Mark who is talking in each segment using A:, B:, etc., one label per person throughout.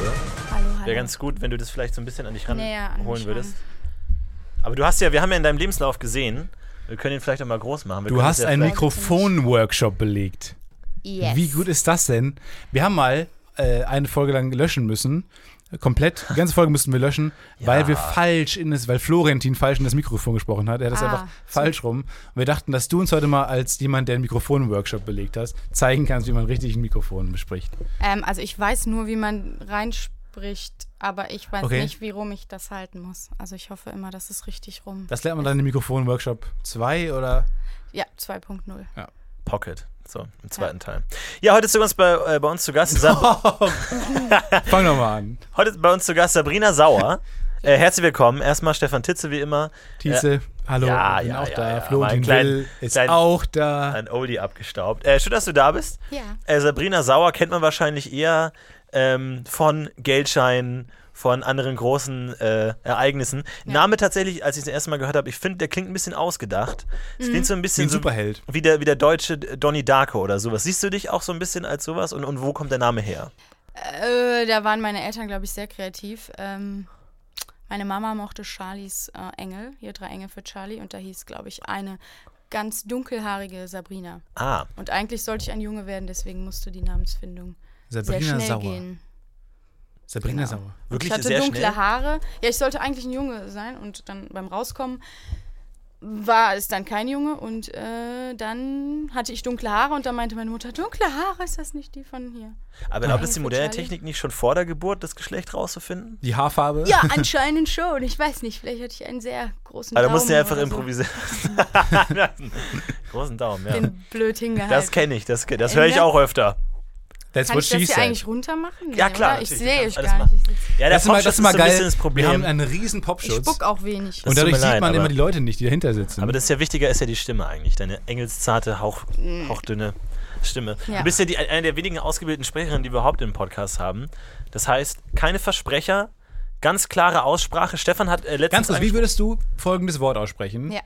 A: hallo, hallo.
B: Wäre ganz gut, wenn du das vielleicht so ein bisschen an dich ranholen
A: Ja, ja, an mich
B: würdest. Aber du hast ja, wir haben ja in deinem Lebenslauf gesehen, wir können ihn vielleicht auch mal groß machen. Wir
C: Du
B: können
C: hast
B: das ja
C: einen
B: vielleicht-
C: Mikrofon-Workshop belegt.
A: Yes.
C: Wie gut ist das denn? Wir haben mal äh, eine Folge lang löschen müssen. Komplett, die ganze Folge mussten wir löschen, weil wir falsch in das, weil Florentin falsch in das Mikrofon gesprochen hat. Er hat das
A: Ah.
C: einfach falsch rum. Und wir dachten, dass du uns heute mal als jemand, der einen Mikrofon-Workshop belegt hast, zeigen kannst, wie man richtig ein Mikrofon bespricht.
A: Ähm, also ich weiß nur, wie man reinspricht, aber ich weiß
C: Okay.
A: nicht, wie rum ich das halten muss. Also ich hoffe immer, dass es richtig rum.
C: Das lernt man dann im Mikrofon-Workshop 2 oder?
A: ja, 2.0.
B: Pocket. So, im zweiten Teil. Ja, heute ist übrigens bei, äh, bei uns zu Gast. Sab
C: Fang nochmal an.
B: heute ist bei uns zu Gast Sabrina Sauer. Äh, herzlich willkommen. Erstmal Stefan Titze, wie immer.
C: Tietze, hallo,
B: Ja,
C: ich bin
B: ja,
C: auch
B: ja,
C: da.
B: ja. Mal einen
C: Florentin
B: kleinen-
C: Will ist
B: kleinen-
C: auch da.
B: Ein Oldie abgestaubt. Äh, schön, dass du da bist.
A: Ja.
B: Äh, Sabrina Sauer kennt man wahrscheinlich eher ähm, von Geldscheinen, von anderen großen äh, Ereignissen. Name tatsächlich, als ich das erste Mal gehört habe, ich finde, der klingt ein bisschen ausgedacht. Es
A: Mhm.
B: klingt so ein
C: Wie
B: bisschen
C: ein
B: so
C: Superheld.
B: wie der, wie der deutsche Donnie Darko oder sowas. Siehst du dich auch so ein bisschen als sowas? Und, und wo kommt der Name her?
A: Äh, da waren meine Eltern, glaube ich, sehr kreativ. Ähm, meine Mama mochte Charlies äh, Engel, hier drei Engel für Charlie, und da hieß, glaube ich, eine ganz dunkelhaarige Sabrina.
B: Ah,
A: Und eigentlich sollte ich ein Junge werden, deswegen musste die Namensfindung sehr
C: Sabrina
A: schnell
C: Sauer.
A: gehen.
C: Sabrina
A: Genau.
C: Sauer.
B: wirklich
A: ich hatte
B: sehr
A: dunkle
B: schnell.
A: Haare. Ja, ich sollte eigentlich ein Junge sein und dann beim Rauskommen war es dann kein Junge und äh, dann hatte ich dunkle Haare und dann meinte meine Mutter, dunkle Haare, ist das nicht die von hier?
B: Aber glaubt es die
A: Für
B: moderne
A: Charlie.
B: Technik nicht schon vor der Geburt, das Geschlecht rauszufinden?
C: Die Haarfarbe?
A: Ja, anscheinend schon. Ich weiß nicht, vielleicht hatte ich einen sehr großen
B: Ah, da
A: Daumen.
B: musst du ja einfach
A: oder
B: improvisieren. Großen Daumen,
A: So.
B: ja.
A: Bin blöd hingehalten.
B: Das kenne ich, das, kenn- das höre ich
A: Ende.
B: auch öfter.
C: That's
A: Kann
C: what
A: ich das
C: she
A: hier
C: said.
A: eigentlich runter machen?
B: Ja,
A: Nee,
B: klar,
A: oder? Ich
B: natürlich,
A: sehe
B: du
A: ich
B: kannst
A: gar
B: alles
A: nicht. Ich, sitz-
B: Ja, der
C: Das ist immer,
B: Popschutz
C: das ist immer
B: so ein
C: geil.
B: bisschen das Problem.
C: Wir haben einen riesen Popschutz.
A: ich spuck auch wenig.
B: Das-
C: und
B: tut mir
C: dadurch sieht
B: leid,
C: man
B: aber-
C: immer die Leute nicht, die dahinter sitzen.
B: Aber das ist ja wichtiger, ist ja die Stimme eigentlich. Deine engelszarte, hauch, hauchdünne Stimme.
A: Mm. Ja.
B: Du bist ja die, eine der wenigen ausgebildeten Sprecherinnen, die wir überhaupt im Podcast haben. Das heißt, keine Versprecher, ganz klare Aussprache. Stefan hat äh, letztens.
C: Ganz kurz, wie
B: angesprochen-
C: würdest du folgendes Wort aussprechen?
A: Ja.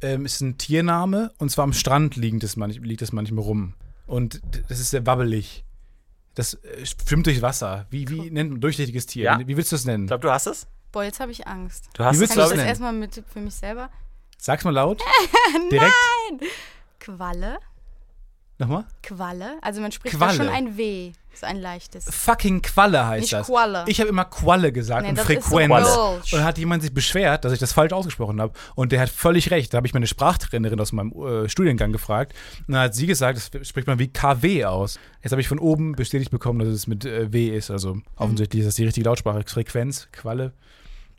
C: Ähm, ist ein Tiername und zwar am Strand liegt es, manch, liegt es manchmal rum. Und d- das ist sehr wabbelig. Das äh, schwimmt durch Wasser. Wie, wie nennt man durchsichtiges Tier?
B: Ja.
C: Wie willst du es nennen?
B: ich glaube, du hast es.
A: Boah, jetzt habe ich Angst.
B: Du hast
C: Wie
B: es,
A: Kann ich
C: würdest
B: glaube
A: das
C: nennen?
A: erstmal mit für mich selber?
C: Sag's mal laut. Direkt.
A: Qualle?
C: Nochmal.
A: Qualle? Also man spricht
C: Qualle.
A: da schon ein W. So ein leichtes.
C: Fucking Qualle heißt
A: Nicht
C: das.
A: Qualle.
C: Ich habe immer Qualle gesagt
A: Nee,
C: und
A: das ist so
C: Frequenz.
A: Qualle.
C: Und dann hat jemand sich beschwert, dass ich das falsch ausgesprochen habe. Und der hat völlig recht. Da habe ich meine Sprachtrainerin aus meinem äh, Studiengang gefragt. Und dann hat sie gesagt, das spricht man wie KW aus. Jetzt habe ich von oben bestätigt bekommen, dass es mit äh, W ist. Also offensichtlich ist das die richtige Lautsprache. Frequenz, Qualle.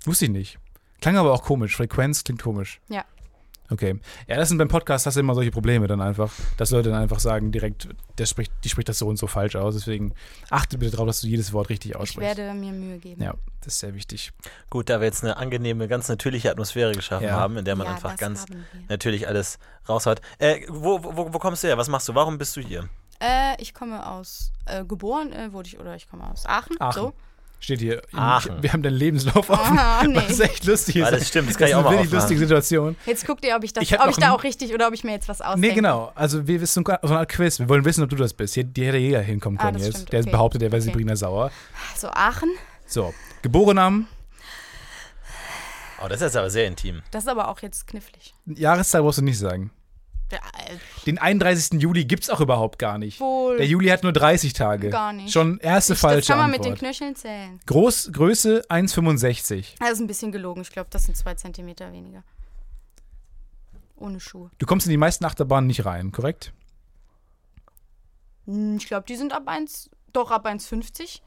C: Wusste ich nicht. Klang aber auch komisch. Frequenz klingt komisch.
A: Ja.
C: Okay. Ja, das sind beim Podcast, hast du immer solche Probleme dann einfach, dass Leute dann einfach sagen, direkt, der spricht, die spricht das so und so falsch aus. Deswegen achte bitte darauf, dass du jedes Wort richtig
A: Ich
C: aussprichst.
A: werde mir Mühe geben.
C: Ja, das ist sehr wichtig.
B: Gut, da wir jetzt eine angenehme, ganz natürliche Atmosphäre geschaffen
C: Ja.
B: haben, in der man
A: Ja,
B: einfach
A: das
B: ganz
A: haben wir.
B: natürlich alles raushaut. Äh, wo, wo, wo kommst du her? Was machst du? Warum bist du hier?
A: Äh, ich komme aus, äh, geboren äh, wurde ich, oder ich komme aus Aachen.
C: Aachen.
A: So.
C: Steht hier. im-
B: Aachen.
C: Wir haben deinen Lebenslauf offen.
A: Ah, nee.
C: Was echt lustig ist.
B: Ah, das stimmt, das kann ich
C: ist
B: auch
C: eine
B: mal
C: wirklich
B: aufmachen.
C: lustige Situation.
A: Jetzt guckt ihr, ob ich, das,
C: Ich hab
A: ob
C: noch
A: ich da
C: n-
A: auch richtig oder ob ich mir jetzt was ausdenke.
C: Nee, genau. Also, wir wissen so eine Art Quiz. Wir wollen wissen, ob du das bist. Hier, hier hätte jeder hinkommen
A: Ah,
C: können
A: das
C: jetzt.
A: stimmt,
C: Der
A: okay.
C: behauptet, er wäre
A: Okay.
C: Sabrina Sauer.
A: So, Aachen,
C: So, geboren am
B: Oh, das ist jetzt aber sehr intim.
A: das ist aber auch jetzt knifflig.
C: Jahrestag brauchst du nicht sagen.
A: Ja, äh,
C: Den 31. Juli gibt's auch überhaupt gar nicht.
A: Wohl.
C: Der Juli hat nur 30 Tage.
A: Gar nicht.
C: Schon erste
A: das
C: falsche
A: kann man mit den
C: Antwort.
A: Knöcheln zählen.
C: Groß, Größe 1,65.
A: Das ist ein bisschen gelogen. Ich glaube, das sind zwei Zentimeter weniger. Ohne Schuhe.
C: Du kommst in die meisten Achterbahnen nicht rein, korrekt?
A: Hm, Ich glaube, die sind ab 1, doch ab 1,50.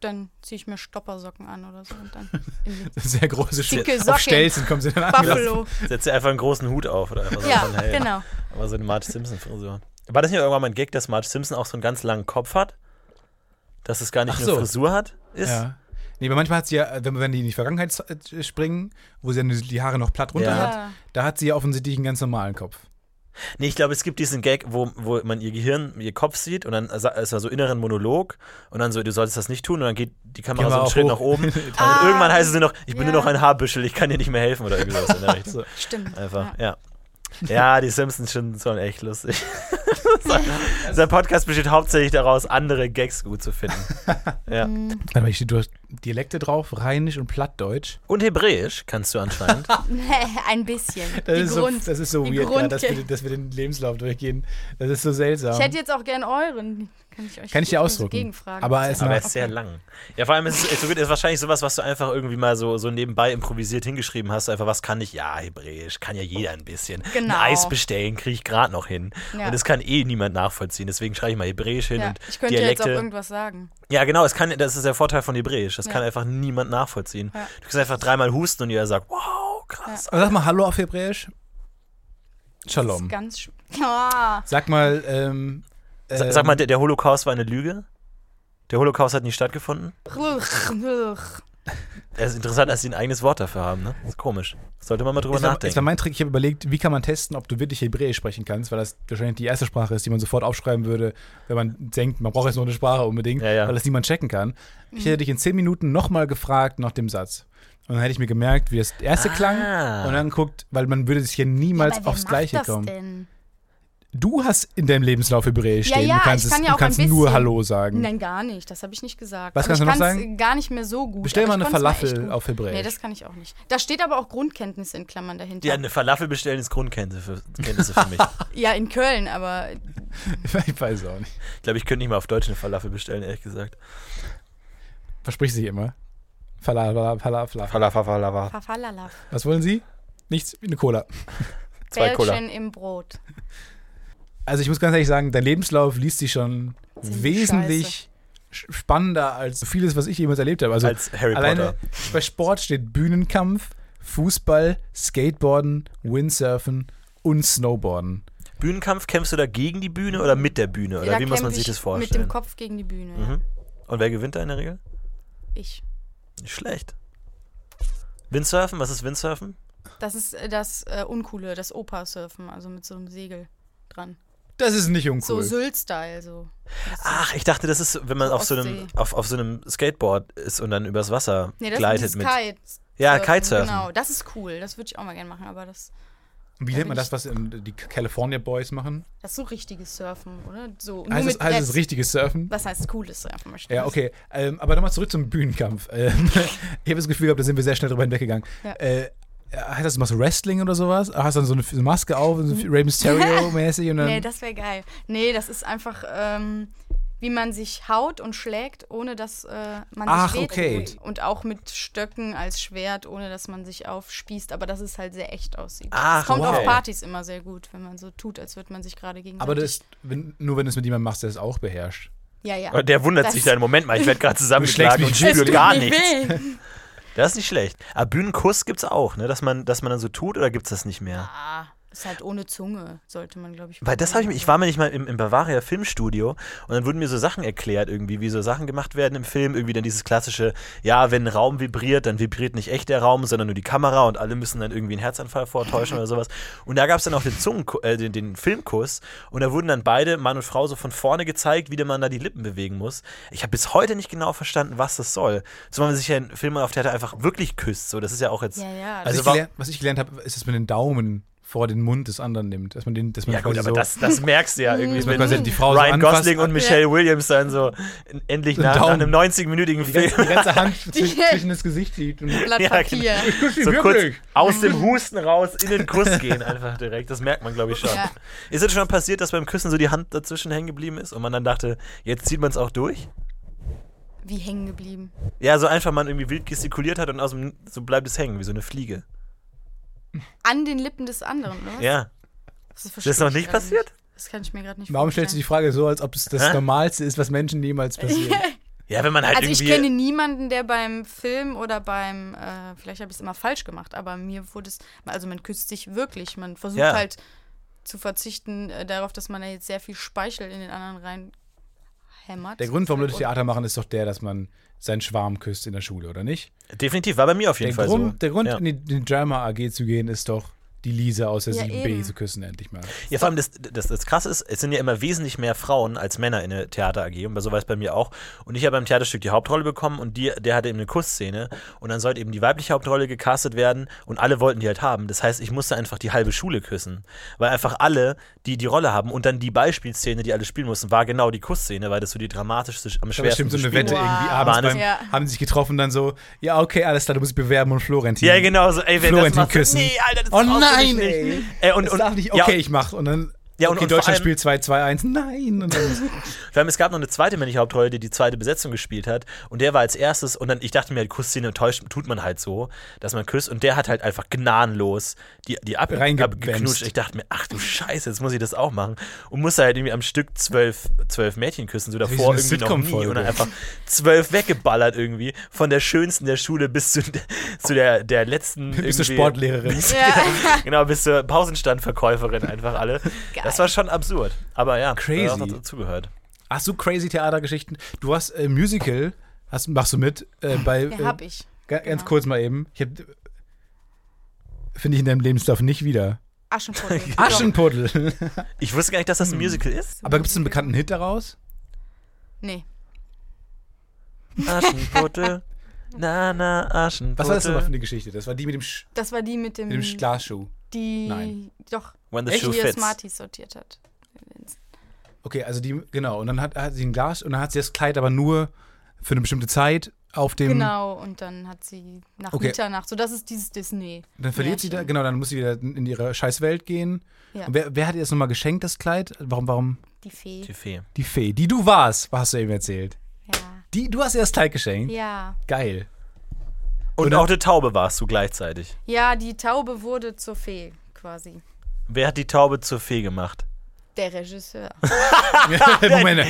A: Dann ziehe ich mir Stoppersocken an oder so. Und dann in die
C: Sehr große
A: Dicke
C: Schuhe. Auf
A: Socken.
C: Stelzen kommst du dann angelaufen.
A: Buffalo.
B: Setzt dir einfach einen großen Hut auf oder einfach so
A: Ja,
B: von, hey.
A: genau.
B: Aber so eine Marge Simpson-Frisur. War das nicht irgendwann mal ein Gag, dass Marge Simpson auch so einen ganz langen Kopf hat? Dass es gar nicht
C: Ach
B: eine
C: so.
B: Frisur hat? Ist?
C: Ja. Nee, aber manchmal hat sie ja, äh, wenn wenn die in die Vergangenheit äh, springen, wo sie dann die Haare noch platt runter
B: Ja.
C: hat, da hat sie ja offensichtlich einen ganz normalen Kopf.
B: Nee, ich glaube, es gibt diesen Gag, wo, wo man ihr Gehirn, ihr Kopf sieht und dann sa- ist da so inneren Monolog und dann so, du solltest das nicht tun und dann geht die Kamera
C: Kamera
B: so einen Schritt
C: hoch.
B: nach oben und
A: Ah.
B: dann irgendwann heißt es nur noch, ich bin
A: Ja.
B: nur noch ein Haarbüschel, ich kann dir nicht mehr helfen oder irgendwie sowas in der Richtung.
A: Stimmt.
B: Einfach,
A: Ja.
B: ja. Ja, die Simpsons sind schon echt lustig. Sein Podcast besteht hauptsächlich daraus, andere Gags gut zu finden. Ja.
C: Aber ich stehe, du hast Dialekte drauf, Rheinisch und Plattdeutsch.
B: Und Hebräisch kannst du anscheinend.
A: Ein bisschen.
C: Das,
A: die
C: ist,
A: Grund,
C: so, das ist so
A: die
C: weird, ja, dass,
A: Grundke-
C: wir, dass wir den Lebenslauf durchgehen. Das ist so seltsam.
A: Ich hätte jetzt auch gern euren. Kann ich euch
C: Kann ich dir
A: so
C: ausdrucken.
A: Gegenfragen.
C: Aber es
B: Aber
C: aber
B: er ist sehr lang. Ja, vor allem ist es ist, so gut, ist wahrscheinlich sowas, was du einfach irgendwie mal so, so nebenbei improvisiert hingeschrieben hast. Einfach, was kann ich? Ja, Hebräisch, kann ja jeder ein bisschen.
A: Genau.
B: Ein Eis bestellen kriege ich gerade noch hin.
A: Ja.
B: Und das kann eh niemand nachvollziehen. Deswegen schreibe ich mal Hebräisch hin
A: ja,
B: und
A: ich könnte ja jetzt auch
B: Dialekte.
A: irgendwas sagen.
B: ja, genau, es kann, das ist der Vorteil von Hebräisch. Das
A: Ja.
B: kann einfach niemand nachvollziehen.
A: Ja.
B: Du kannst einfach dreimal husten und jeder sagt, wow, krass.
C: sag mal Hallo auf Hebräisch.
A: Das
C: Shalom.
A: ist ganz sch- Ah,
C: Sag mal, ähm,
B: Sa-
C: ähm,
B: Sag mal, der, der Holocaust war eine Lüge? Der Holocaust hat nie stattgefunden?
A: bluch, bluch.
B: Es ist interessant, dass sie ein eigenes Wort dafür haben, ne? Das ist komisch. Sollte man mal drüber
C: Es war- Es war
B: nachdenken.
C: mein Trick, ich habe überlegt, wie kann man testen, ob du wirklich Hebräisch sprechen kannst, weil das wahrscheinlich die erste Sprache ist, die man sofort aufschreiben würde, wenn man denkt, man braucht jetzt nur eine Sprache unbedingt,
B: Ja, ja.
C: weil das niemand checken kann.
A: Mhm.
C: Ich hätte dich in zehn Minuten nochmal gefragt nach dem Satz. Und dann hätte ich mir gemerkt, wie das erste klang und dann guckt, weil man würde sich hier niemals
A: Aber wer
C: aufs
A: macht
C: Gleiche
A: das
C: kommen.
A: Denn?
C: Du hast in deinem Lebenslauf Hebräisch
A: Ja,
C: stehen.
A: ja,
C: du kannst,
A: ich kann
C: es,
A: ja
C: du
A: auch ein
C: kannst nur
A: bisschen.
C: Hallo sagen.
A: Nein, gar nicht. Das habe ich nicht gesagt.
C: Was
A: aber
C: kannst du
A: ich
C: noch
A: kann's
C: sagen?
A: Gar nicht mehr so gut.
C: Bestell
A: aber
C: mal
A: ich
C: eine
A: konnte's mal echt
C: Falafel
A: gut.
C: auf Hebräisch.
A: Nee, das kann ich auch nicht. Da steht aber auch Grundkenntnis in Klammern dahinter.
B: Ja, ne. eine Falafel bestellen ist Grundkenntnisse für, Kenntnisse für mich.
A: Ja, in Köln, aber
C: ich weiß auch nicht.
B: ich glaube, ich könnte nicht mal auf Deutsch eine Falafel bestellen, ehrlich gesagt.
C: Verspricht sich immer. Falafel, Falafel.
B: Falafel, Falafel.
A: Fafalalaf.
C: Was wollen Sie? Nichts, eine Cola.
B: Zwei Cola.
A: Bällchen im Brot.
C: Also ich muss ganz ehrlich sagen, dein Lebenslauf liest sich schon
A: Ziemlich
C: wesentlich sch- spannender als vieles, was ich jemals erlebt habe. Also
B: Als Harry
C: alleine
B: Potter.
C: bei Sport steht Bühnenkampf, Fußball, Skateboarden, Windsurfen und Snowboarden.
B: Bühnenkampf, kämpfst du da gegen die Bühne oder mit der Bühne? Oder
A: Da
B: wie muss man
A: kämpf
B: sich
A: ich
B: das
A: Mit dem
B: vorstellen?
A: Kopf gegen die Bühne.
B: Mhm. Und wer gewinnt da in der Regel?
A: Ich.
B: Nicht schlecht. Windsurfen? Was ist Windsurfen?
A: Das ist äh, das äh, Uncoole, das Opa-Surfen, also mit so einem Segel dran.
C: Das ist nicht
A: So
C: uncool.
A: Sylt-Style, so.
B: Ach, ich dachte, das ist, wenn man auf so, einem,
A: Ostsee.
B: auf, auf so einem Skateboard ist und dann übers Wasser
A: Nee, das
B: gleitet
A: ist
B: mit.
A: Kite.
B: Ja, Kitesurfen.
A: Genau, das ist cool. Das würde ich auch mal gerne machen, aber das,
C: Wie nennt man das, was ähm, die California Boys machen?
A: das ist so richtiges Surfen, oder? So, nur
B: Also
C: Heißt es,
A: mit
C: heißt es
A: Brett.
C: richtiges Surfen?
A: Was heißt cooles Surfen? verstehst
C: Ja,
A: du?
C: okay. Ähm, aber nochmal zurück zum Bühnenkampf. Ähm, ich habe das Gefühl gehabt, da sind wir sehr schnell drüber hinweggegangen.
A: Ja.
C: Äh, heißt das, du machst Wrestling oder sowas? Hast dann so eine F- Maske auf, so
B: Mhm.
C: Ray Mysterio-mäßig und dann.
A: Nee, das wäre geil. Nee, das ist einfach, ähm, wie man sich haut und schlägt, ohne dass äh, man
C: Ach,
A: sich wehtut.
C: okay.
A: Und auch mit Stöcken als Schwert, ohne dass man sich aufspießt. Aber dass es halt sehr echt aussieht.
B: Ach,
A: das kommt
B: wow.
A: auf Partys immer sehr gut, wenn man so tut, als würde man sich gerade gegenseitig...
C: aber das, wenn, nur wenn du es mit jemandem machst, der es auch beherrscht.
A: Ja, ja.
B: Aber Äh, Der wundert
A: Das-
B: sich dann, Moment mal, ich werde gerade zusammengeschlagen
C: Du
B: und
C: schlägst mich
B: spüre
C: wirklich.
B: gar
A: Tut mir
B: nichts.
A: weh.
B: Das ist nicht schlecht. Aber Bühnenkuss gibt's auch, ne? Dass man, dass man dann so tut oder gibt's das nicht mehr?
A: Ah, ist halt ohne Zunge, sollte man, glaube ich...
B: Weil das habe ich mir, ich war mir nicht mal im, im Bavaria Filmstudio und dann wurden mir so Sachen erklärt irgendwie, wie so Sachen gemacht werden im Film, irgendwie dann dieses klassische, ja, wenn ein Raum vibriert, dann vibriert nicht echt der Raum, sondern nur die Kamera und alle müssen dann irgendwie einen Herzanfall vortäuschen oder sowas. Und da gab es dann auch den, Zungen, äh, den, den Filmkuss und da wurden dann beide, Mann und Frau, so von vorne gezeigt, wie man da die Lippen bewegen muss. Ich habe bis heute nicht genau verstanden, was das soll. Zumal man sich ja in Filmen auf Theater einfach wirklich küsst, so, das ist ja auch jetzt...
A: Ja, ja, das
C: Was,
B: Also
C: ich
B: wa-
C: gelernt, was ich gelernt habe, ist, dass man den Daumen vor den Mund des anderen nimmt. Dass man den, dass man
B: Ja, gut,
C: quasi
B: aber
C: so,
B: das, das merkst du ja irgendwie.
C: dass man
B: Wenn
C: quasi die Frau so
B: Ryan
C: anfasst,
B: Gosling und Michelle Williams dann so n- endlich nach, nach
C: Daumen.
B: einem 90-minütigen
C: die ganze, die
B: Film
C: ganze Hand zwischen, zwischen das Gesicht liegt. Und
A: Blatt
B: Ja, genau.
A: Papier.
B: so kurz aus dem Husten raus in den Kuss gehen, einfach direkt. Das merkt man, glaube ich, schon.
A: Ja.
B: Ist es schon passiert, dass beim Küssen so die Hand dazwischen hängen geblieben ist und man dann dachte, jetzt zieht man es auch durch?
A: Wie hängen geblieben.
B: Ja, so einfach man irgendwie wild gestikuliert hat und aus dem, so bleibt es hängen, wie so eine Fliege.
A: An den Lippen des anderen, oder? was?
B: Ja.
A: Das
B: Ist das noch nicht
A: verstehe ich gerade
B: passiert?
A: Nicht. Das kann ich mir gerade nicht
C: Warum
A: vorstellen.
C: stellst du die Frage so, als ob es das
B: Hä?
C: Normalste ist, was Menschen jemals passiert?
B: Ja, wenn man halt
A: Also ich
B: irgendwie.
A: kenne niemanden, der beim Film oder beim, äh, vielleicht habe ich es immer falsch gemacht, aber mir wurde es, also man küsst sich wirklich, man versucht
B: Ja.
A: halt zu verzichten äh, darauf, dass man da jetzt sehr viel Speichel in den anderen rein hämmert.
C: Der Grund, warum Leute
A: Und-
C: Theater machen, ist doch der, dass man seinen Schwarm küsst in der Schule, oder nicht?
B: definitiv, war bei mir auf jeden Fall
C: Der Grund,
B: so.
C: der Grund
B: ja.
C: in die, in die Drama AG zu gehen, ist doch die Lisa aus der
A: Ja,
C: 7b
A: eben.
C: zu küssen, endlich mal.
B: Ja, vor allem das, das, das Krasse ist, es sind ja immer wesentlich mehr Frauen als Männer in der Theater AG und so war es bei mir auch. Und ich habe beim Theaterstück die Hauptrolle bekommen und die, der hatte eben eine Kussszene und dann sollte eben die weibliche Hauptrolle gecastet werden und alle wollten die halt haben. Das heißt, ich musste einfach die halbe Schule küssen, weil einfach alle, die die Rolle haben und dann die Beispielszene, die alle spielen mussten, war genau die Kussszene, weil das so die dramatischste, am
C: Da war
B: schwersten
C: bestimmt so
B: zu
C: eine
B: spielen
C: Wette
B: ist.
A: Wow.
C: irgendwie abends
B: Mann.
C: beim,
A: Ja.
C: haben sich getroffen dann so, ja, okay, alles klar, du musst dich bewerben und Florentin.
B: Ja, genau so. Ey, wenn das
C: Florentin
B: machst,
C: küssen.
B: Nee, Alter, das
C: Oh
B: brauchst du
C: nein,
B: nicht.
C: ey.
B: Äh, und,
C: das
B: und,
C: darf nicht,
B: ja,
C: okay, ich mach. Und dann,
B: Ja,
C: ja,
B: und-
C: und,
B: und
C: okay,
B: vor
C: Deutschland
B: allem-
C: spielt 2-2-1, nein. Und dann,
B: Vor allem, es gab noch eine zweite männliche Hauptrolle, die die zweite Besetzung gespielt hat. Und der war als erstes. Und dann, ich dachte mir, halt, Kussszene täuscht, tut man halt so, dass man küsst. Und der hat halt einfach gnadenlos die, die ab,
C: Reingebämst.
B: abgeknutscht. Ich dachte mir, ach du Scheiße, jetzt muss ich das auch machen. Und musste halt irgendwie am Stück zwölf, zwölf Mädchen küssen, so
C: wie
B: davor
C: so eine
B: irgendwie noch nie.
C: Sitcom-Folge.
B: Und dann einfach zwölf weggeballert irgendwie. Von der schönsten der Schule bis zu, der- zu der, der letzten.
C: Bis zur
B: irgendwie-
C: Sportlehrerin.
B: Bis,
A: Ja.
B: genau, bis zur Pausenstandverkäuferin einfach alle. Das war schon absurd. Aber ja,
C: Crazy.
B: Das hat dazugehört.
C: ach so, crazy Theatergeschichten. Du hast äh, Musical, hast, machst du mit, äh, bei,
A: Ja,
C: äh,
A: hab ich.
C: ga- ganz
A: genau.
C: kurz mal eben. Ich hab, finde ich in deinem Lebenslauf nicht wieder.
A: Aschenputtel.
C: Aschenputtel.
B: Ich wusste gar nicht, dass das ein Musical ist.
C: Aber gibt es einen bekannten Hit daraus?
A: Nee.
B: Aschenputtel. Na, na, Aschenputtel.
C: Was war das nochmal für eine Geschichte? Das war die mit dem, Sch
A: Das war die mit dem,
C: mit dem Glasschuh.
A: die
C: Nein.
A: doch
B: When the
A: die
B: shoe
A: ihr
B: fits.
A: Smarties sortiert hat.
C: Okay, also die, genau. Und dann hat, hat sie ein Glas und dann hat sie das Kleid aber nur für eine bestimmte Zeit auf dem.
A: Genau, und dann hat sie nach
C: Okay.
A: Mitternacht, so das ist dieses Disney.
C: Dann verliert sie da,
A: Märchen.
C: genau, dann muss sie wieder in ihre Scheißwelt gehen.
A: Ja.
C: Und wer, wer hat ihr das nochmal geschenkt, das Kleid? Warum, warum?
A: Die Fee.
B: Die Fee.
C: Die Fee, die du warst, hast du eben erzählt.
A: Ja.
C: Die, du hast ihr das Kleid geschenkt.
A: Ja.
C: Geil.
B: Und
C: Oder-
B: auch eine Taube warst du gleichzeitig.
A: Ja, die Taube wurde zur Fee quasi.
B: Wer hat die Taube zur Fee gemacht?
A: Der Regisseur.
C: Moment.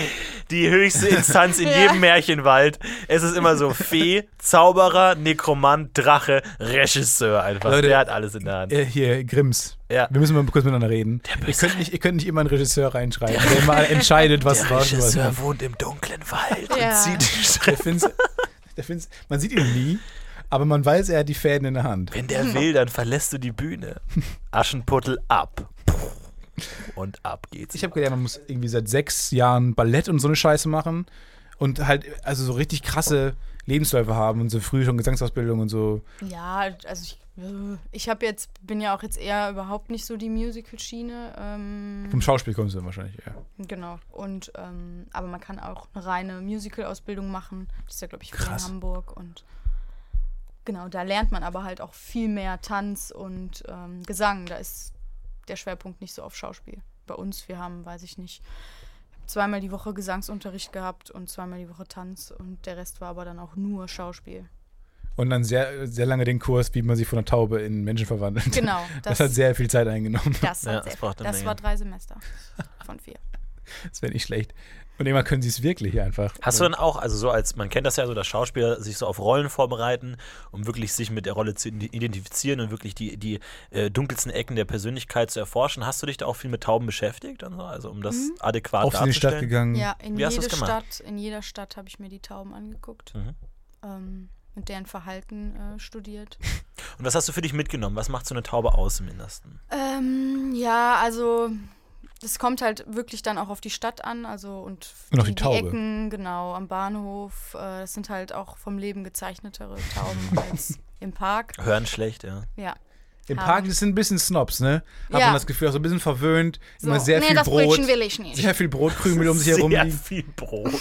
B: Die höchste Instanz in
A: Ja.
B: jedem Märchenwald. Es ist immer so Fee, Zauberer, Nekromant, Drache, Regisseur einfach.
C: Leute,
B: Der hat alles in der Hand.
C: Äh, hier, Grimms.
B: Ja.
C: Wir müssen mal kurz miteinander reden. Ihr könnt, nicht, ihr könnt nicht immer einen Regisseur reinschreiben, der, mal entscheidet, was was was.
B: Regisseur wohnt im dunklen Wald
A: Ja.
B: und zieht die
C: Der
B: Schrift.
C: find's, der find's, man sieht ihn nie, aber man weiß, er hat die Fäden in der Hand.
B: Wenn der will, dann verlässt du die Bühne. Aschenputtel ab. Und ab geht's.
C: Ich habe gelernt, man muss irgendwie seit sechs Jahren Ballett und so eine Scheiße machen und halt also so richtig krasse Lebensläufe haben und so früh schon Gesangsausbildung und so.
A: Ja, also ich, ich habe jetzt, bin ja auch jetzt eher überhaupt nicht so die Musical-Schiene. Ähm,
C: Vom Schauspiel kommst du dann wahrscheinlich, ja.
A: Genau. Und ähm, aber man kann auch eine reine Musical-Ausbildung machen. Das ist ja, glaube ich, viel in
C: Krass.
A: Hamburg und genau, da lernt man aber halt auch viel mehr Tanz und ähm, Gesang. Da ist der Schwerpunkt nicht so auf Schauspiel. Bei uns, wir haben, weiß ich nicht, zweimal die Woche Gesangsunterricht gehabt und zweimal die Woche Tanz und der Rest war aber dann auch nur Schauspiel.
C: Und dann sehr, sehr lange den Kurs, wie man sich von einer Taube in Menschen verwandelt.
A: Genau,
C: Das,
A: das-
C: hat sehr viel Zeit eingenommen.
A: Das,
B: Ja,
A: hat
B: das
A: sehr,
B: braucht eine
A: das
B: Menge.
A: war drei Semester von vier.
C: Das wäre nicht schlecht. Und irgendwann können sie es wirklich einfach.
B: Hast du dann auch, also so als, man kennt das ja so, dass Schauspieler sich so auf Rollen vorbereiten, um wirklich sich mit der Rolle zu ident- identifizieren und wirklich die, die äh, dunkelsten Ecken der Persönlichkeit zu erforschen. Hast du dich da auch viel mit Tauben beschäftigt und so? Also um das adäquat
C: auf in Mhm. die Stadt
B: darzustellen?
C: gegangen?
A: Ja, in,
B: Wie hast
A: jede
B: du's gemacht?
A: Stadt, in jeder Stadt habe ich mir die Tauben angeguckt
B: Mhm.
A: ähm, und deren Verhalten äh, studiert.
B: Und was hast du für dich mitgenommen? Was macht so eine Taube aus im Innersten?
A: ähm, ja, also es kommt halt wirklich dann auch auf die Stadt an, also und,
C: Und auf die Taube.
A: Ecken, genau, am Bahnhof. Äh, das sind halt auch vom Leben gezeichnetere Tauben als im Park.
B: Hören schlecht, ja.
A: Ja.
C: Im
A: Haben-
C: Park, das sind ein bisschen Snobs, ne? Hat
A: Ja.
C: man das Gefühl, auch so ein bisschen verwöhnt,
A: So.
C: immer sehr
A: nee,
C: viel
A: das
C: Brot.
A: Brötchen will ich nicht.
C: Sehr viel Brotkrümel um sich
B: Sehr
C: herum. liegen.
B: viel Brot.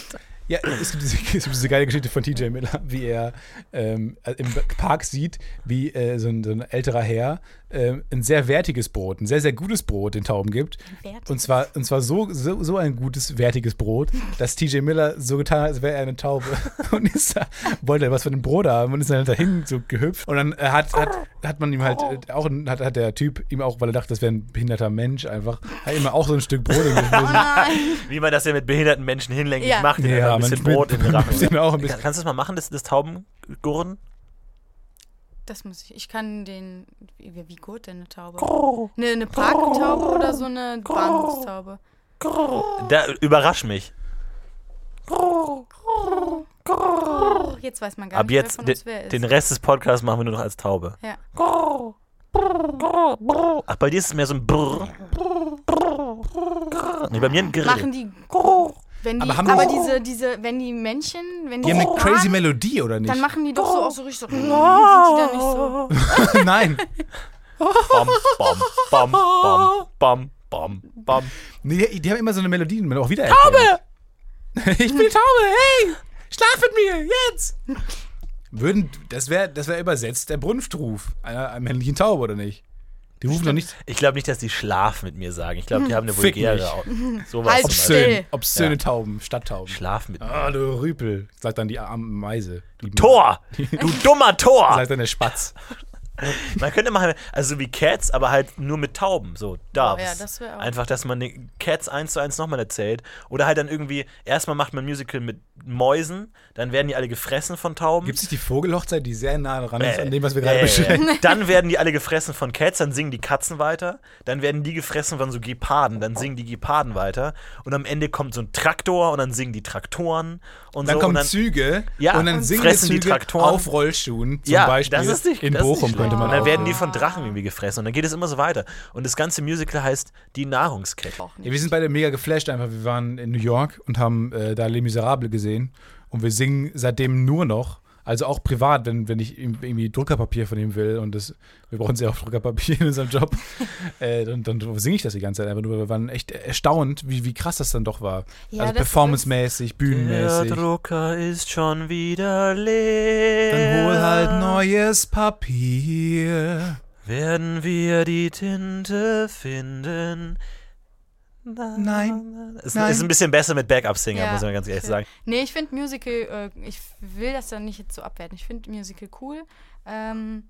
C: Ja, es gibt, diese, es gibt diese geile Geschichte von TJ Miller, wie er ähm, im Park sieht, wie äh, so, ein, so ein älterer Herr ähm, ein sehr wertiges Brot, ein sehr, sehr gutes Brot den Tauben gibt.
A: Wertiges?
C: Und zwar, und zwar so, so, so ein gutes, wertiges Brot, dass TJ Miller so getan hat, als wäre er eine Taube und ist da, wollte was von dem Brot haben und ist dann halt dahin so gehüpft. Und dann äh, hat, hat, hat man ihm halt äh, auch, ein- hat, hat der Typ ihm auch, weil er dachte, das wäre ein behinderter Mensch einfach, hat ihm auch so ein Stück Brot in den
A: Nein.
B: Wie man das ja mit behinderten Menschen hinlänglich
A: Ja.
B: macht, denen einfach ein bisschen Brot in den Rachen.
C: Rachen. auch ein bisschen.
B: Kann- Kannst du das mal machen, das, das Taubengurren?
A: Das muss ich. Ich kann den. Wie, wie gut denn eine Taube? Eine, eine Parktaube oder so eine Bahnhofstaube?
C: Oh.
B: Da überrasch mich.
A: Jetzt weiß man gar
B: Ab
A: nicht,
B: jetzt
A: wer von
B: de-
A: uns wer ist.
B: den Rest des Podcasts machen wir nur noch als Taube.
A: ja.
B: Ach, bei dir ist es mehr so ein Brrr. Nee, bei mir ein Grrr.
A: Machen die. Wenn die aber
C: Aber haben die-
A: diese, diese, wenn die Männchen, wenn die.
C: Die haben eine
A: so
C: crazy
A: fahren,
C: Melodie, oder nicht?
A: Dann machen die doch so auch so richtig so. Sind die dann nicht so.
C: Nein.
B: Bam, bam, bam, bam, bam, bam, bam.
C: Nee, die, die haben immer so eine Melodie, die man auch wieder Taube! ich bin Taube, hey! Schlaf mit mir, jetzt! Würden, das wäre das wär übersetzt der Brunftruf einer, einer männlichen Taube, oder nicht? Die rufen doch nicht
B: Ich glaube nicht, dass die Schlaf mit mir sagen. Ich glaube, die haben eine
C: Fick mich.
B: vulgäre. Au- Sowas
A: Halt
B: zum Beispiel.
A: still.
C: obszön, obszöne Tauben, Stadttauben.
B: Schlaf mit mir.
C: Ah, du Rüpel, sagt dann die arme Meise. Die
B: Tor! Du dummer Tor!
C: Sagt dann der Spatz.
B: Man könnte machen, also wie Cats, aber halt nur mit Tauben. So, da.
A: Oh ja, das wär auch-
B: Einfach, dass man den Cats eins zu eins nochmal erzählt. Oder halt dann irgendwie, erstmal macht man ein Musical mit Mäusen, dann werden die alle gefressen von Tauben.
C: Gibt es nicht die Vogelhochzeit, die sehr nah dran ist
B: Äh,
C: an dem, was wir gerade
B: äh,
C: beschreiben?
B: Dann werden die alle gefressen von Cats, dann singen die Katzen weiter, dann werden die gefressen von so Geparden, dann singen die Geparden weiter und am Ende kommt so ein Traktor und dann singen die Traktoren und
C: Dann
B: so und
C: kommen
B: dann,
C: Züge
B: Ja,
C: und dann
B: und
C: singen
B: fressen die
C: Züge
B: Traktoren.
C: auf Rollschuhen zum
B: ja,
C: Beispiel.
B: das ist nicht
C: In
B: das ist
C: Bochum
B: nicht
C: könnte
B: schlecht.
C: man
B: Und dann
C: auch
B: werden die von Drachen irgendwie gefressen und dann geht es immer so weiter und das ganze Musical heißt die Nahrungskette.
A: Auch nicht.
C: Ja, wir sind beide mega geflasht einfach. Wir waren in New York und haben äh, da Les Miserables gesehen. Und wir singen seitdem nur noch, also auch privat, wenn, wenn ich ihm- irgendwie Druckerpapier von ihm will und das, wir brauchen sehr oft Druckerpapier in unserem Job, äh, dann, dann singe ich das die ganze Zeit einfach nur. Wir waren echt erstaunt, wie, wie krass das dann doch war.
A: Ja,
C: also
A: das ist-
C: performancemäßig,
B: Der
C: bühnenmäßig.
B: Drucker ist schon wieder leer.
C: Dann hol halt neues Papier.
B: Werden wir die Tinte finden? Nein.
C: Nein.
B: Es
C: Nein.
B: ist ein bisschen besser mit Backup-Singer,
A: Ja,
B: muss man ganz ehrlich
A: okay.
B: sagen.
A: Nee, ich finde Musical, äh, ich will das dann nicht jetzt so abwerten. Ich finde Musical cool. Ähm,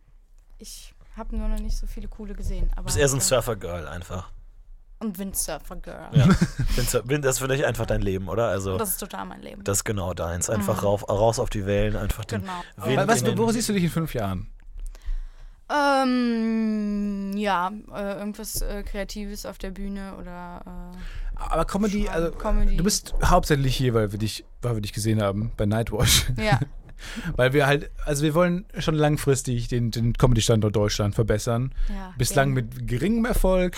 A: ich habe nur noch nicht so viele coole gesehen. Aber
B: Du bist eher so ein Surfer-Girl einfach.
A: Und Windsurfer Girl.
B: Ja. Bin Sur- bin- das würde ich einfach dein Leben, oder? Also,
A: Das ist total mein Leben.
B: das ist genau deins. Einfach rauf, raus auf die Wellen, einfach den
A: Genau.
B: Wind.
C: Was,
B: in den,
C: wo siehst du dich in fünf Jahren?
A: Ähm, ja, äh, irgendwas äh, Kreatives auf der Bühne oder. Äh,
C: Aber Comedy,
A: Schon
C: also
A: Comedy.
C: du bist hauptsächlich hier, weil wir dich, weil wir dich gesehen haben bei Nightwatch.
A: ja,
C: Weil wir halt, also wir wollen schon langfristig den, den Comedy-Standort Deutschland verbessern.
A: ja.
C: Bislang
A: eben.
C: mit geringem Erfolg,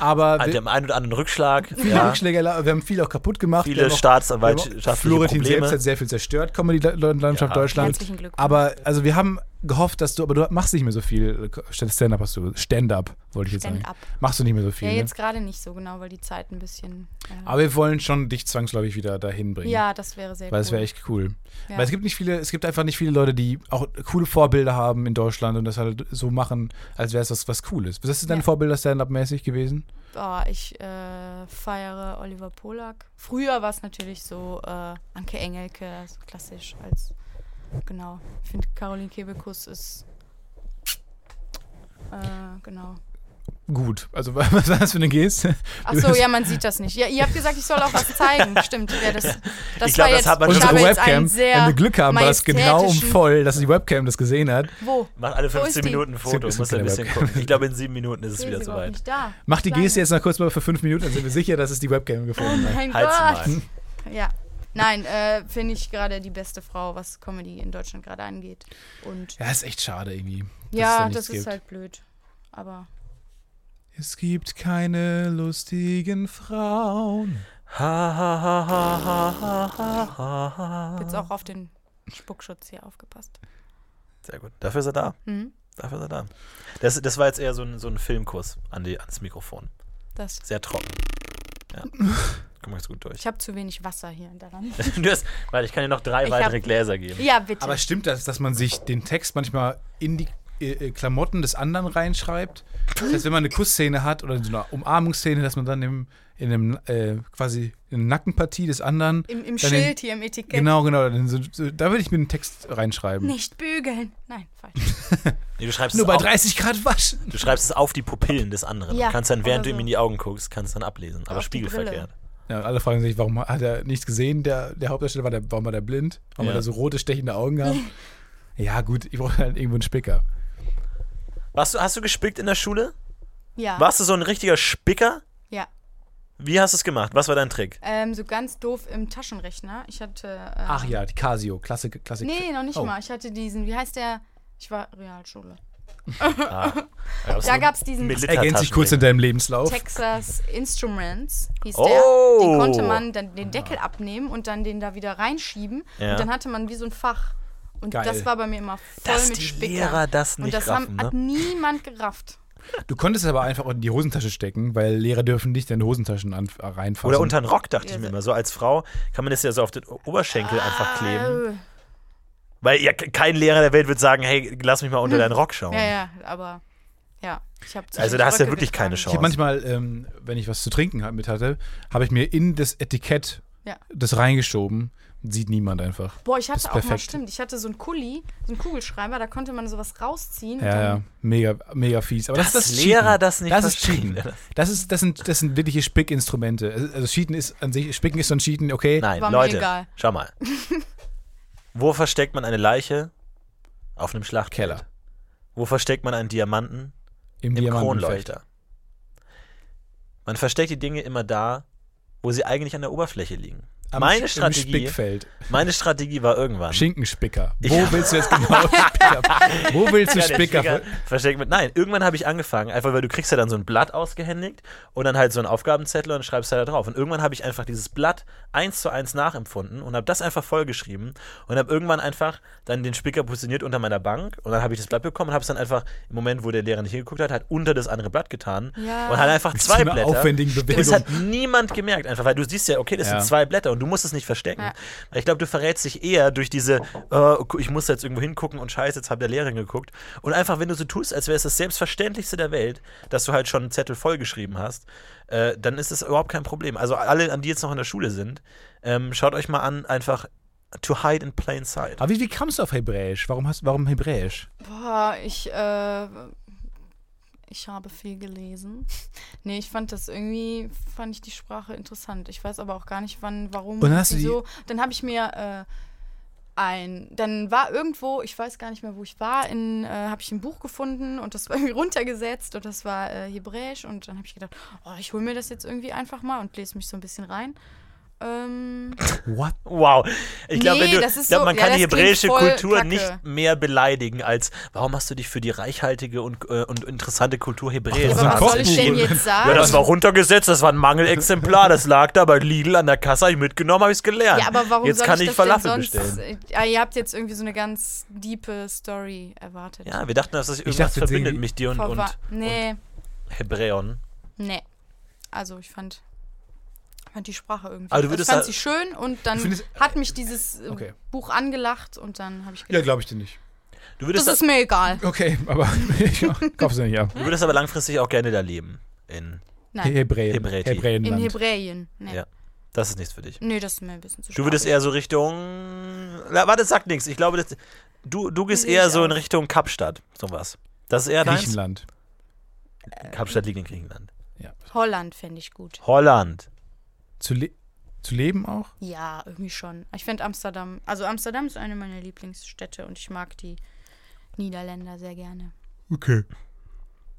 C: aber
B: an
C: wir,
B: dem einen oder anderen Rückschlag.
C: viele
B: ja.
C: Rückschläge, erla- wir haben viel auch kaputt gemacht. wir
B: Viele
C: haben auch- wir haben auch-
B: Staatsanwaltschaftliche
C: Florentin selbst
B: Probleme.
C: hat sehr viel zerstört, Comedy-Landschaft
B: Ja.
C: Deutschland.
A: Herzlichen Glückwunsch.
C: Aber also wir haben gehofft, dass du, aber du machst nicht mehr so viel. Statt Stand-up hast du, Stand-up wollte ich jetzt sagen.
A: Stand-up.
C: Machst du nicht mehr so viel.
A: Ja,
C: ne?
A: jetzt gerade nicht so genau, weil die Zeit ein bisschen. Äh,
C: Aber wir wollen schon dich zwangsläufig wieder dahin bringen.
A: ja, das wäre sehr
C: Weil
A: cool.
C: das wäre echt cool.
A: Ja.
C: Weil es gibt nicht viele, es gibt einfach nicht viele Leute, die auch coole Vorbilder haben in Deutschland und das halt so machen, als wäre es was, was Cooles. Was ist dein
A: Ja.
C: Vorbilder Stand-Up-mäßig gewesen?
A: Boah, ich äh, feiere Oliver Polak. Früher war es natürlich so äh, Anke Engelke, so klassisch als. Genau. Ich finde, Caroline Kebekus ist. Äh, genau.
C: Gut. Also was war das für eine Geste?
A: Achso, ja, man sieht das nicht. Ja, ihr habt gesagt, ich soll auch was zeigen. Stimmt. Ja, das, das
B: Ich glaub,
A: war
B: das
A: jetzt,
B: hat man
A: ich
B: schon-
C: Unsere
A: habe jetzt
C: Webcam,
A: einen sehr
C: wenn wir Glück haben, war das genau um
A: majestätischen-
C: voll, dass die Webcam das gesehen hat.
A: Wo?
B: Macht alle
A: Wo ist
B: 15
A: die?
B: Minuten ein Foto.
C: Ist ein
B: Muss ein bisschen
C: Kinderwebcam.
B: gucken. Ich glaube, in sieben Minuten ist
A: Die
B: es
A: ist
B: wieder
A: überhaupt
B: soweit.
A: Nicht da.
C: Mach die
A: Kleine-
C: Geste jetzt noch kurz mal für fünf Minuten, dann sind wir sicher, dass es die Webcam
A: Oh
C: gefunden hat.
A: mein
B: Halt's
C: Halt
A: Gott.
B: mal.
A: Ja. Nein, äh, finde ich gerade die beste Frau, was Comedy in Deutschland gerade angeht. Und
C: Ja, ist echt schade irgendwie. dass es da
A: ja,
C: nichts
A: das ist
C: gibt.
A: halt blöd. Aber
C: Es gibt keine lustigen Frauen.
B: Ha, ha, ha, ha, ha, ha, ha, ha.
A: jetzt auch auf den Spuckschutz hier aufgepasst.
B: Sehr gut. Dafür ist er da.
A: Mhm.
B: Dafür ist er da. Das, das war jetzt eher so ein, so ein Filmkuss an die, ans Mikrofon.
A: Das.
B: Sehr trocken. Ja. Komm mal gut durch.
A: Ich habe zu wenig Wasser hier daran.
B: du hast, warte, ich kann dir noch drei
A: Ich
B: weitere
A: hab-
B: Gläser geben.
A: Ja, bitte.
C: Aber stimmt das, dass man sich den Text manchmal in die äh, äh, Klamotten des anderen reinschreibt? Das heißt, wenn man eine Kussszene hat oder so eine Umarmungsszene, dass man dann im, in dem äh, quasi in der Nackenpartie des anderen.
A: Im, im
C: dann den-
A: Schild hier, im Etikett.
C: Genau, genau. dann So, so, da würde ich mir den Text reinschreiben.
A: Nicht bügeln. Nein, falsch.
B: Nee, du, schreibst
C: Nur
B: es
C: bei
B: auf,
C: 30 Grad waschen.
B: du schreibst es auf die Pupillen des anderen.
A: Ja,
B: du kannst dann, während du
A: oder
B: ihm
A: so.
B: in die Augen guckst, kannst dann ablesen. Aber
A: Auf die
B: spiegelverkehrt.
C: Ja, und alle fragen sich, warum hat er nichts gesehen? Der, der Hauptdarsteller war, der, warum war der blind? Warum
B: Ja.
C: hat er so rote, stechende Augen gehabt? ja, gut, ich brauche halt irgendwo einen Spicker.
B: Warst du, hast du gespickt in der Schule?
A: Ja.
B: Warst du so ein richtiger Spicker?
A: Ja.
B: Wie hast du es gemacht? Was war dein Trick?
A: Ähm, so ganz doof im Taschenrechner. Ich hatte. Äh,
C: Ach ja, die Casio, Klassik, Klassik.
A: Nee, noch nicht
C: Oh.
A: mal. Ich hatte diesen, wie heißt der? Ich war Realschule.
B: Ah,
A: Da gab es diesen
B: Mit Liter-
C: Ergänzt sich kurz in deinem Lebenslauf.
A: Texas Instruments, hieß
B: Oh. Ah.
A: der. Den konnte man dann den Deckel abnehmen und dann den da wieder reinschieben.
B: Ja.
A: Und dann hatte man wie so ein Fach. Und
C: Geil.
A: das war bei mir immer voll
B: Dass
A: mit
B: die
A: Spickern.
B: Lehrer das nicht
A: und das
B: raffen,
A: haben,
B: ne?
A: hat niemand gerafft.
C: Du konntest es aber einfach in die Hosentasche stecken, weil Lehrer dürfen nicht deine Hosentaschen an, äh, reinfassen.
B: Oder unter den Rock, dachte ich
A: Ja,
B: mir
A: so-
B: immer. So als Frau kann man das ja so auf den Oberschenkel einfach kleben.
A: Äh,
B: Weil ja ke- kein Lehrer der Welt wird sagen, hey, lass mich mal unter deinen Rock schauen.
A: ja, ja, aber ja. Ich hab zu
B: Also
A: viel
B: da hast du ja
A: Röcke
B: wirklich keine
A: getragen.
B: Chance.
C: Ich habe manchmal, ähm, wenn ich was zu trinken ha- mit hatte, habe ich mir in das Etikett
A: Ja.
C: das reingeschoben. Sieht niemand einfach.
A: Boah, ich
C: Das
A: hatte
C: ist
A: auch mal,
C: perfekt.
A: stimmt, ich hatte so einen Kuli, so einen Kugelschreiber, da konnte man sowas rausziehen. und
C: Ja,
A: dann,
C: ja, mega, mega fies. Aber das,
B: Dass
C: ist das
B: Lehrer
C: Cheaten.
B: das nicht
C: Das ist
B: verstehen.
C: Cheaten. Das, ist, das, sind, das sind wirkliche Spickinstrumente. Also also Cheaten ist an sich, Spicken ist so ein Cheaten, okay.
B: Nein,
A: War mir
B: Leute,
A: egal.
B: schau mal. Wo versteckt man eine Leiche? Auf einem Schlachtfeld.
C: Keller.
B: Wo versteckt man einen Diamanten?
C: Im,
B: Im
C: Diamantenfeld.
B: Kronleuchter. Man versteckt die Dinge immer da, wo sie eigentlich an der Oberfläche liegen.
C: Am Sch-
B: meine,
C: im
B: Strategie,
C: Spickfeld.
B: meine Strategie war irgendwann.
C: Schinkenspicker. Wo
B: Ich-
C: willst du jetzt genau Spicker? Wo willst du
B: Ja, der
C: Spicker?
B: Spicker versteckt mit. Nein, irgendwann habe ich angefangen, einfach weil du kriegst ja dann so ein Blatt ausgehändigt und dann halt so einen Aufgabenzettel und schreibst da drauf. Und irgendwann habe ich einfach dieses Blatt eins zu eins nachempfunden und habe das einfach vollgeschrieben und habe irgendwann einfach dann den Spicker positioniert unter meiner Bank und dann habe ich das Blatt bekommen und habe es dann einfach im Moment, wo der Lehrer nicht hingeguckt hat, halt unter das andere Blatt getan
A: Ja.
B: und hat einfach
C: Mit so
B: zwei
C: einer
B: Blätter.
C: aufwendigen
B: Und Das
C: Bewegung.
B: hat niemand gemerkt, einfach weil du siehst ja, okay, das
C: Ja.
B: sind zwei Blätter und du musst es nicht verstecken.
A: Ja.
B: Ich glaube, du verrätst dich eher durch diese, äh, ich muss jetzt irgendwo hingucken und scheiße, jetzt hat der Lehrerin geguckt. Und einfach, wenn du so tust, als wäre es das Selbstverständlichste der Welt, dass du halt schon einen Zettel vollgeschrieben hast, äh, dann ist das überhaupt kein Problem. Also alle, an die jetzt noch in der Schule sind, ähm, schaut euch mal an, einfach to hide in plain sight.
C: Aber wie, wie kamst du auf Hebräisch? Warum, hast, warum Hebräisch?
A: Boah, ich, äh, ich habe viel gelesen. Nee, ich fand das irgendwie, fand ich die Sprache interessant. Ich weiß aber auch gar nicht, wann, warum,
C: Und dann hast du die-
A: wieso. Dann habe ich mir äh, ein, dann war irgendwo, ich weiß gar nicht mehr, wo ich war, in, äh, habe ich ein Buch gefunden und das war irgendwie runtergesetzt und das war äh, hebräisch und dann habe ich gedacht, oh, ich hole mir das jetzt irgendwie einfach mal und lese mich so ein bisschen rein. Ähm,
C: What?
B: Wow. Ich glaube,
A: Nee,
B: wenn du,
A: das ist
B: ich glaub,
A: so-
B: man
A: ja,
B: kann die
A: das klingt
B: hebräische
A: voll
B: Kultur
A: kacke.
B: nicht mehr beleidigen als, warum hast du dich für die reichhaltige und, äh, und interessante Kultur Hebräisch
C: das ist ein
A: aber was soll ich
C: Kochbuch.
A: denn jetzt sagen?
B: Ja, das war runtergesetzt, das war ein Mangelexemplar, das lag da bei Lidl an der Kasse, hab ich mitgenommen, habe ich es gelernt.
A: Ja, aber warum
B: jetzt
A: soll
B: kann
A: ich,
B: ich,
A: das
B: Falafel
A: denn sonst?
B: bestellen.
A: Ah, ihr habt jetzt irgendwie so eine ganz diepe Story erwartet.
B: Ja, wir dachten, dass das irgendwas
C: dachte, jetzt
B: verbindet
C: irgendwie-
B: mich dir und,
A: Verwa-
B: und
A: nee,
B: Hebräon.
A: nee. Also ich fand, fand die Sprache irgendwie.
B: Aber du
A: Also ich
B: würdest
A: fand
B: da-
A: sie schön und dann
C: Du findest-
A: hat mich dieses äh,
C: Okay.
A: Buch angelacht und dann habe ich
C: Ja,
A: gedacht,
C: glaube ich dir nicht.
B: Du
A: das
B: würdest,
A: ist mir egal.
C: Okay, aber ich kauf's dir nicht ab.
B: du würdest aber langfristig auch gerne da leben. In,
A: Nein,
C: Hebräen.
B: Hebreti.
A: in
C: Hebräenland.
A: Hebräien. Nee.
B: Ja. Das ist nichts für dich.
A: nee, das ist mir ein bisschen zu
B: Du würdest
A: spaßig.
B: eher so Richtung. Na, warte, sag nichts. Ich glaube, das, du, du gehst
A: Sehe
B: eher
A: ich
B: so in
A: auch.
B: Richtung Kapstadt. Sowas. Das ist eher deins.
C: Griechenland.
B: Kapstadt liegt in Griechenland.
C: Ja.
A: Holland fände ich gut.
B: Holland.
C: Zu, le zu leben auch?
A: Ja, irgendwie schon. Ich finde Amsterdam, also Amsterdam ist eine meiner Lieblingsstädte und ich mag die Niederländer sehr gerne.
C: Okay.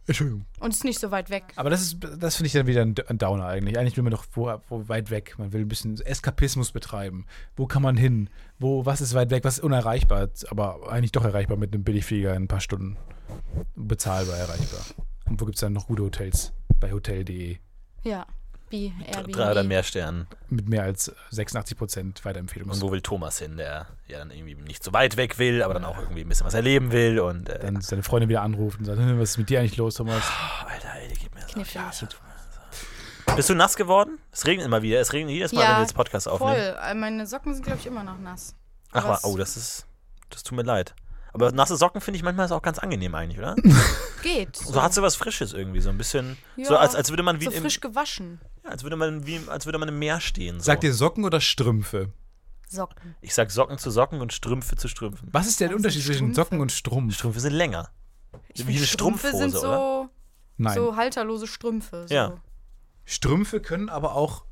C: Entschuldigung.
A: Und ist nicht so weit weg.
C: Aber das ist, das finde ich dann wieder ein D- ein Downer eigentlich. Eigentlich will man doch wo, wo weit weg. Man will ein bisschen Eskapismus betreiben. Wo kann man hin? Wo, was ist weit weg? Was ist unerreichbar? Aber eigentlich doch erreichbar mit einem Billigflieger in ein paar Stunden. Bezahlbar erreichbar. Und wo gibt es dann noch gute Hotels? Bei hotel.de.
A: Ja, wie
B: Drei oder
A: Airbnb.
B: mehr Sternen.
C: Mit mehr als 86% Weiterempfehlung.
B: Und wo will Thomas hin, der ja dann irgendwie nicht so weit weg will, aber dann auch irgendwie ein bisschen was erleben will und äh,
C: Dann seine Freundin wieder anruft und sagt, "Hm, was ist mit dir eigentlich los, Thomas?
B: oh, Alter, ey, die gibt mir so.
A: Knifflig.
B: Bist du nass geworden? Es regnet immer wieder. Es regnet jedes Mal,
A: Ja,
B: wenn wir jetzt Podcast aufnehmen.
A: Voll. Äh, Meine Socken sind, glaube ich, immer noch nass.
B: Ach,
A: Aber
B: wa-
A: es
B: oh, das ist. Das tut mir leid. Aber nasse Socken finde ich manchmal ist auch ganz angenehm eigentlich, oder?
A: geht.
B: So hat sie was Frisches irgendwie, so ein bisschen. So
A: Ja.
B: als, als würde man wie
A: so
B: im,
A: frisch gewaschen.
B: ja, als würde man wie im- als würde man im Meer stehen. So.
C: Sagt ihr Socken oder Strümpfe?
A: Socken.
B: ich sag Socken zu Socken und Strümpfe zu Strümpfen.
C: Was ist der
A: Was
C: Unterschied
A: sind
C: zwischen
A: Strümpfe?
C: Socken und Strumpf?
B: Strümpfe sind länger.
A: Ich
B: Wie
A: find,
B: eine
A: Strümpfe sind
B: Strumpfhose,
A: so,
C: Nein.
A: so halterlose Strümpfe. So.
B: Ja.
C: Strümpfe können aber auch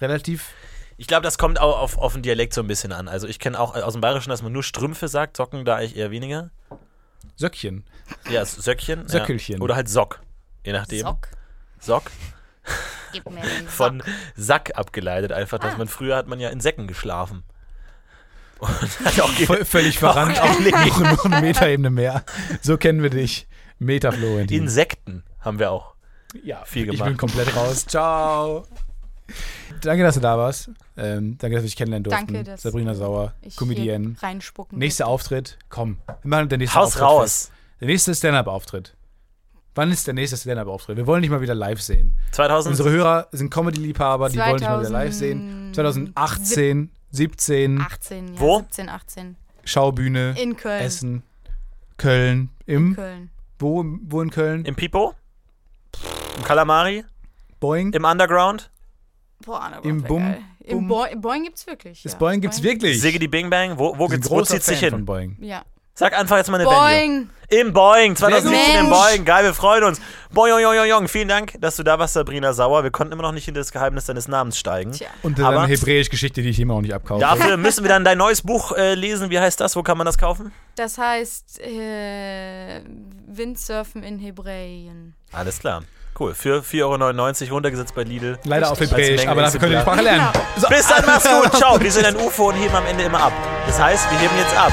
C: relativ.
B: Ich glaube, das kommt auch auf, auf den Dialekt so ein bisschen an. Also ich kenne auch aus dem Bayerischen, dass man nur Strümpfe sagt, Socken da eigentlich eher weniger.
C: Söckchen.
B: Ja, S- Söckchen.
C: Söckelchen.
B: Ja. Oder halt Sock. Je nachdem.
A: Sock.
B: Sock.
A: Gib mir den Sock.
B: Von Sack abgeleitet einfach. Dass
A: Ah.
B: man, früher hat man ja in Säcken geschlafen. Und hat auch ge
C: Voll, völlig verrannt, auch noch einen Meter eben mehr. So kennen wir dich. Metaflorentin.
B: Insekten haben wir auch.
C: Ja,
B: viel
C: Ich
B: gemacht.
C: bin komplett raus. Ciao. Danke, dass du da warst. Ähm, danke, dass wir dich kennenlernen durften.
A: Danke, dass
C: Sabrina Sauer,
A: Ich
C: Comedienne.
A: hier reinspucken.
C: Nächster Auftritt, komm. Wir machen den nächsten
B: Haus
C: Auftritt
B: raus.
C: fest. Der nächste Stand-Up-Auftritt. Wann ist der nächste Stand-Up-Auftritt? Wir wollen dich mal wieder live sehen.
B: 2000.
C: Unsere Hörer sind Comedy-Liebhaber, die wollen dich mal wieder live sehen. 2018, 17,
A: 18, ja,
B: Wo?
A: 17, 18.
C: Schaubühne,
A: In Köln.
C: Essen, Köln. Im,
A: Köln.
C: wo, wo in Köln?
B: Im Pipo? Im Kalamari?
C: Boeing?
B: Im Underground?
A: Boah, Anna,
C: Im
A: wär
C: Bum-
A: geil. Im
C: Bum-
A: Bo in Boing gibt's wirklich.
C: Das
A: ja.
C: Boeing gibt's wirklich.
B: Siggity Bing Bang? Wo, wo,
C: Ich bin
B: geht's, wo
C: großer
B: zieht's dich
C: Fan
B: hin?
C: von Boeing.
A: Ja.
B: Sag einfach jetzt mal eine Venue.
A: Boing!
B: Im Boeing, 2017 im
A: Mensch.
B: Boeing. Geil, wir freuen uns. Boing, jong, jong, jong, jong. Vielen Dank, dass du da warst, Sabrina Sauer. Wir konnten immer noch nicht hinter das Geheimnis deines Namens steigen.
A: Tja.
C: Und dann
B: Aber-
C: eine Hebräisch-Geschichte, die ich immer auch nicht abkaufe.
B: Dafür müssen wir dann dein neues Buch äh, lesen. Wie heißt das? Wo kann man das kaufen?
A: Das heißt, äh, Windsurfen in Hebräien.
B: Alles klar. Cool. Für 4,99 Euro runtergesetzt bei Lidl.
C: Leider auf
B: Als
C: Hebräisch,
B: Menge
C: aber dafür könnt ihr die Sprache lernen.
A: Genau.
C: So, also,
B: Bis dann, mach's gut. Ciao. Wir sind ein UFO und heben am Ende immer ab. Das heißt, wir heben jetzt ab.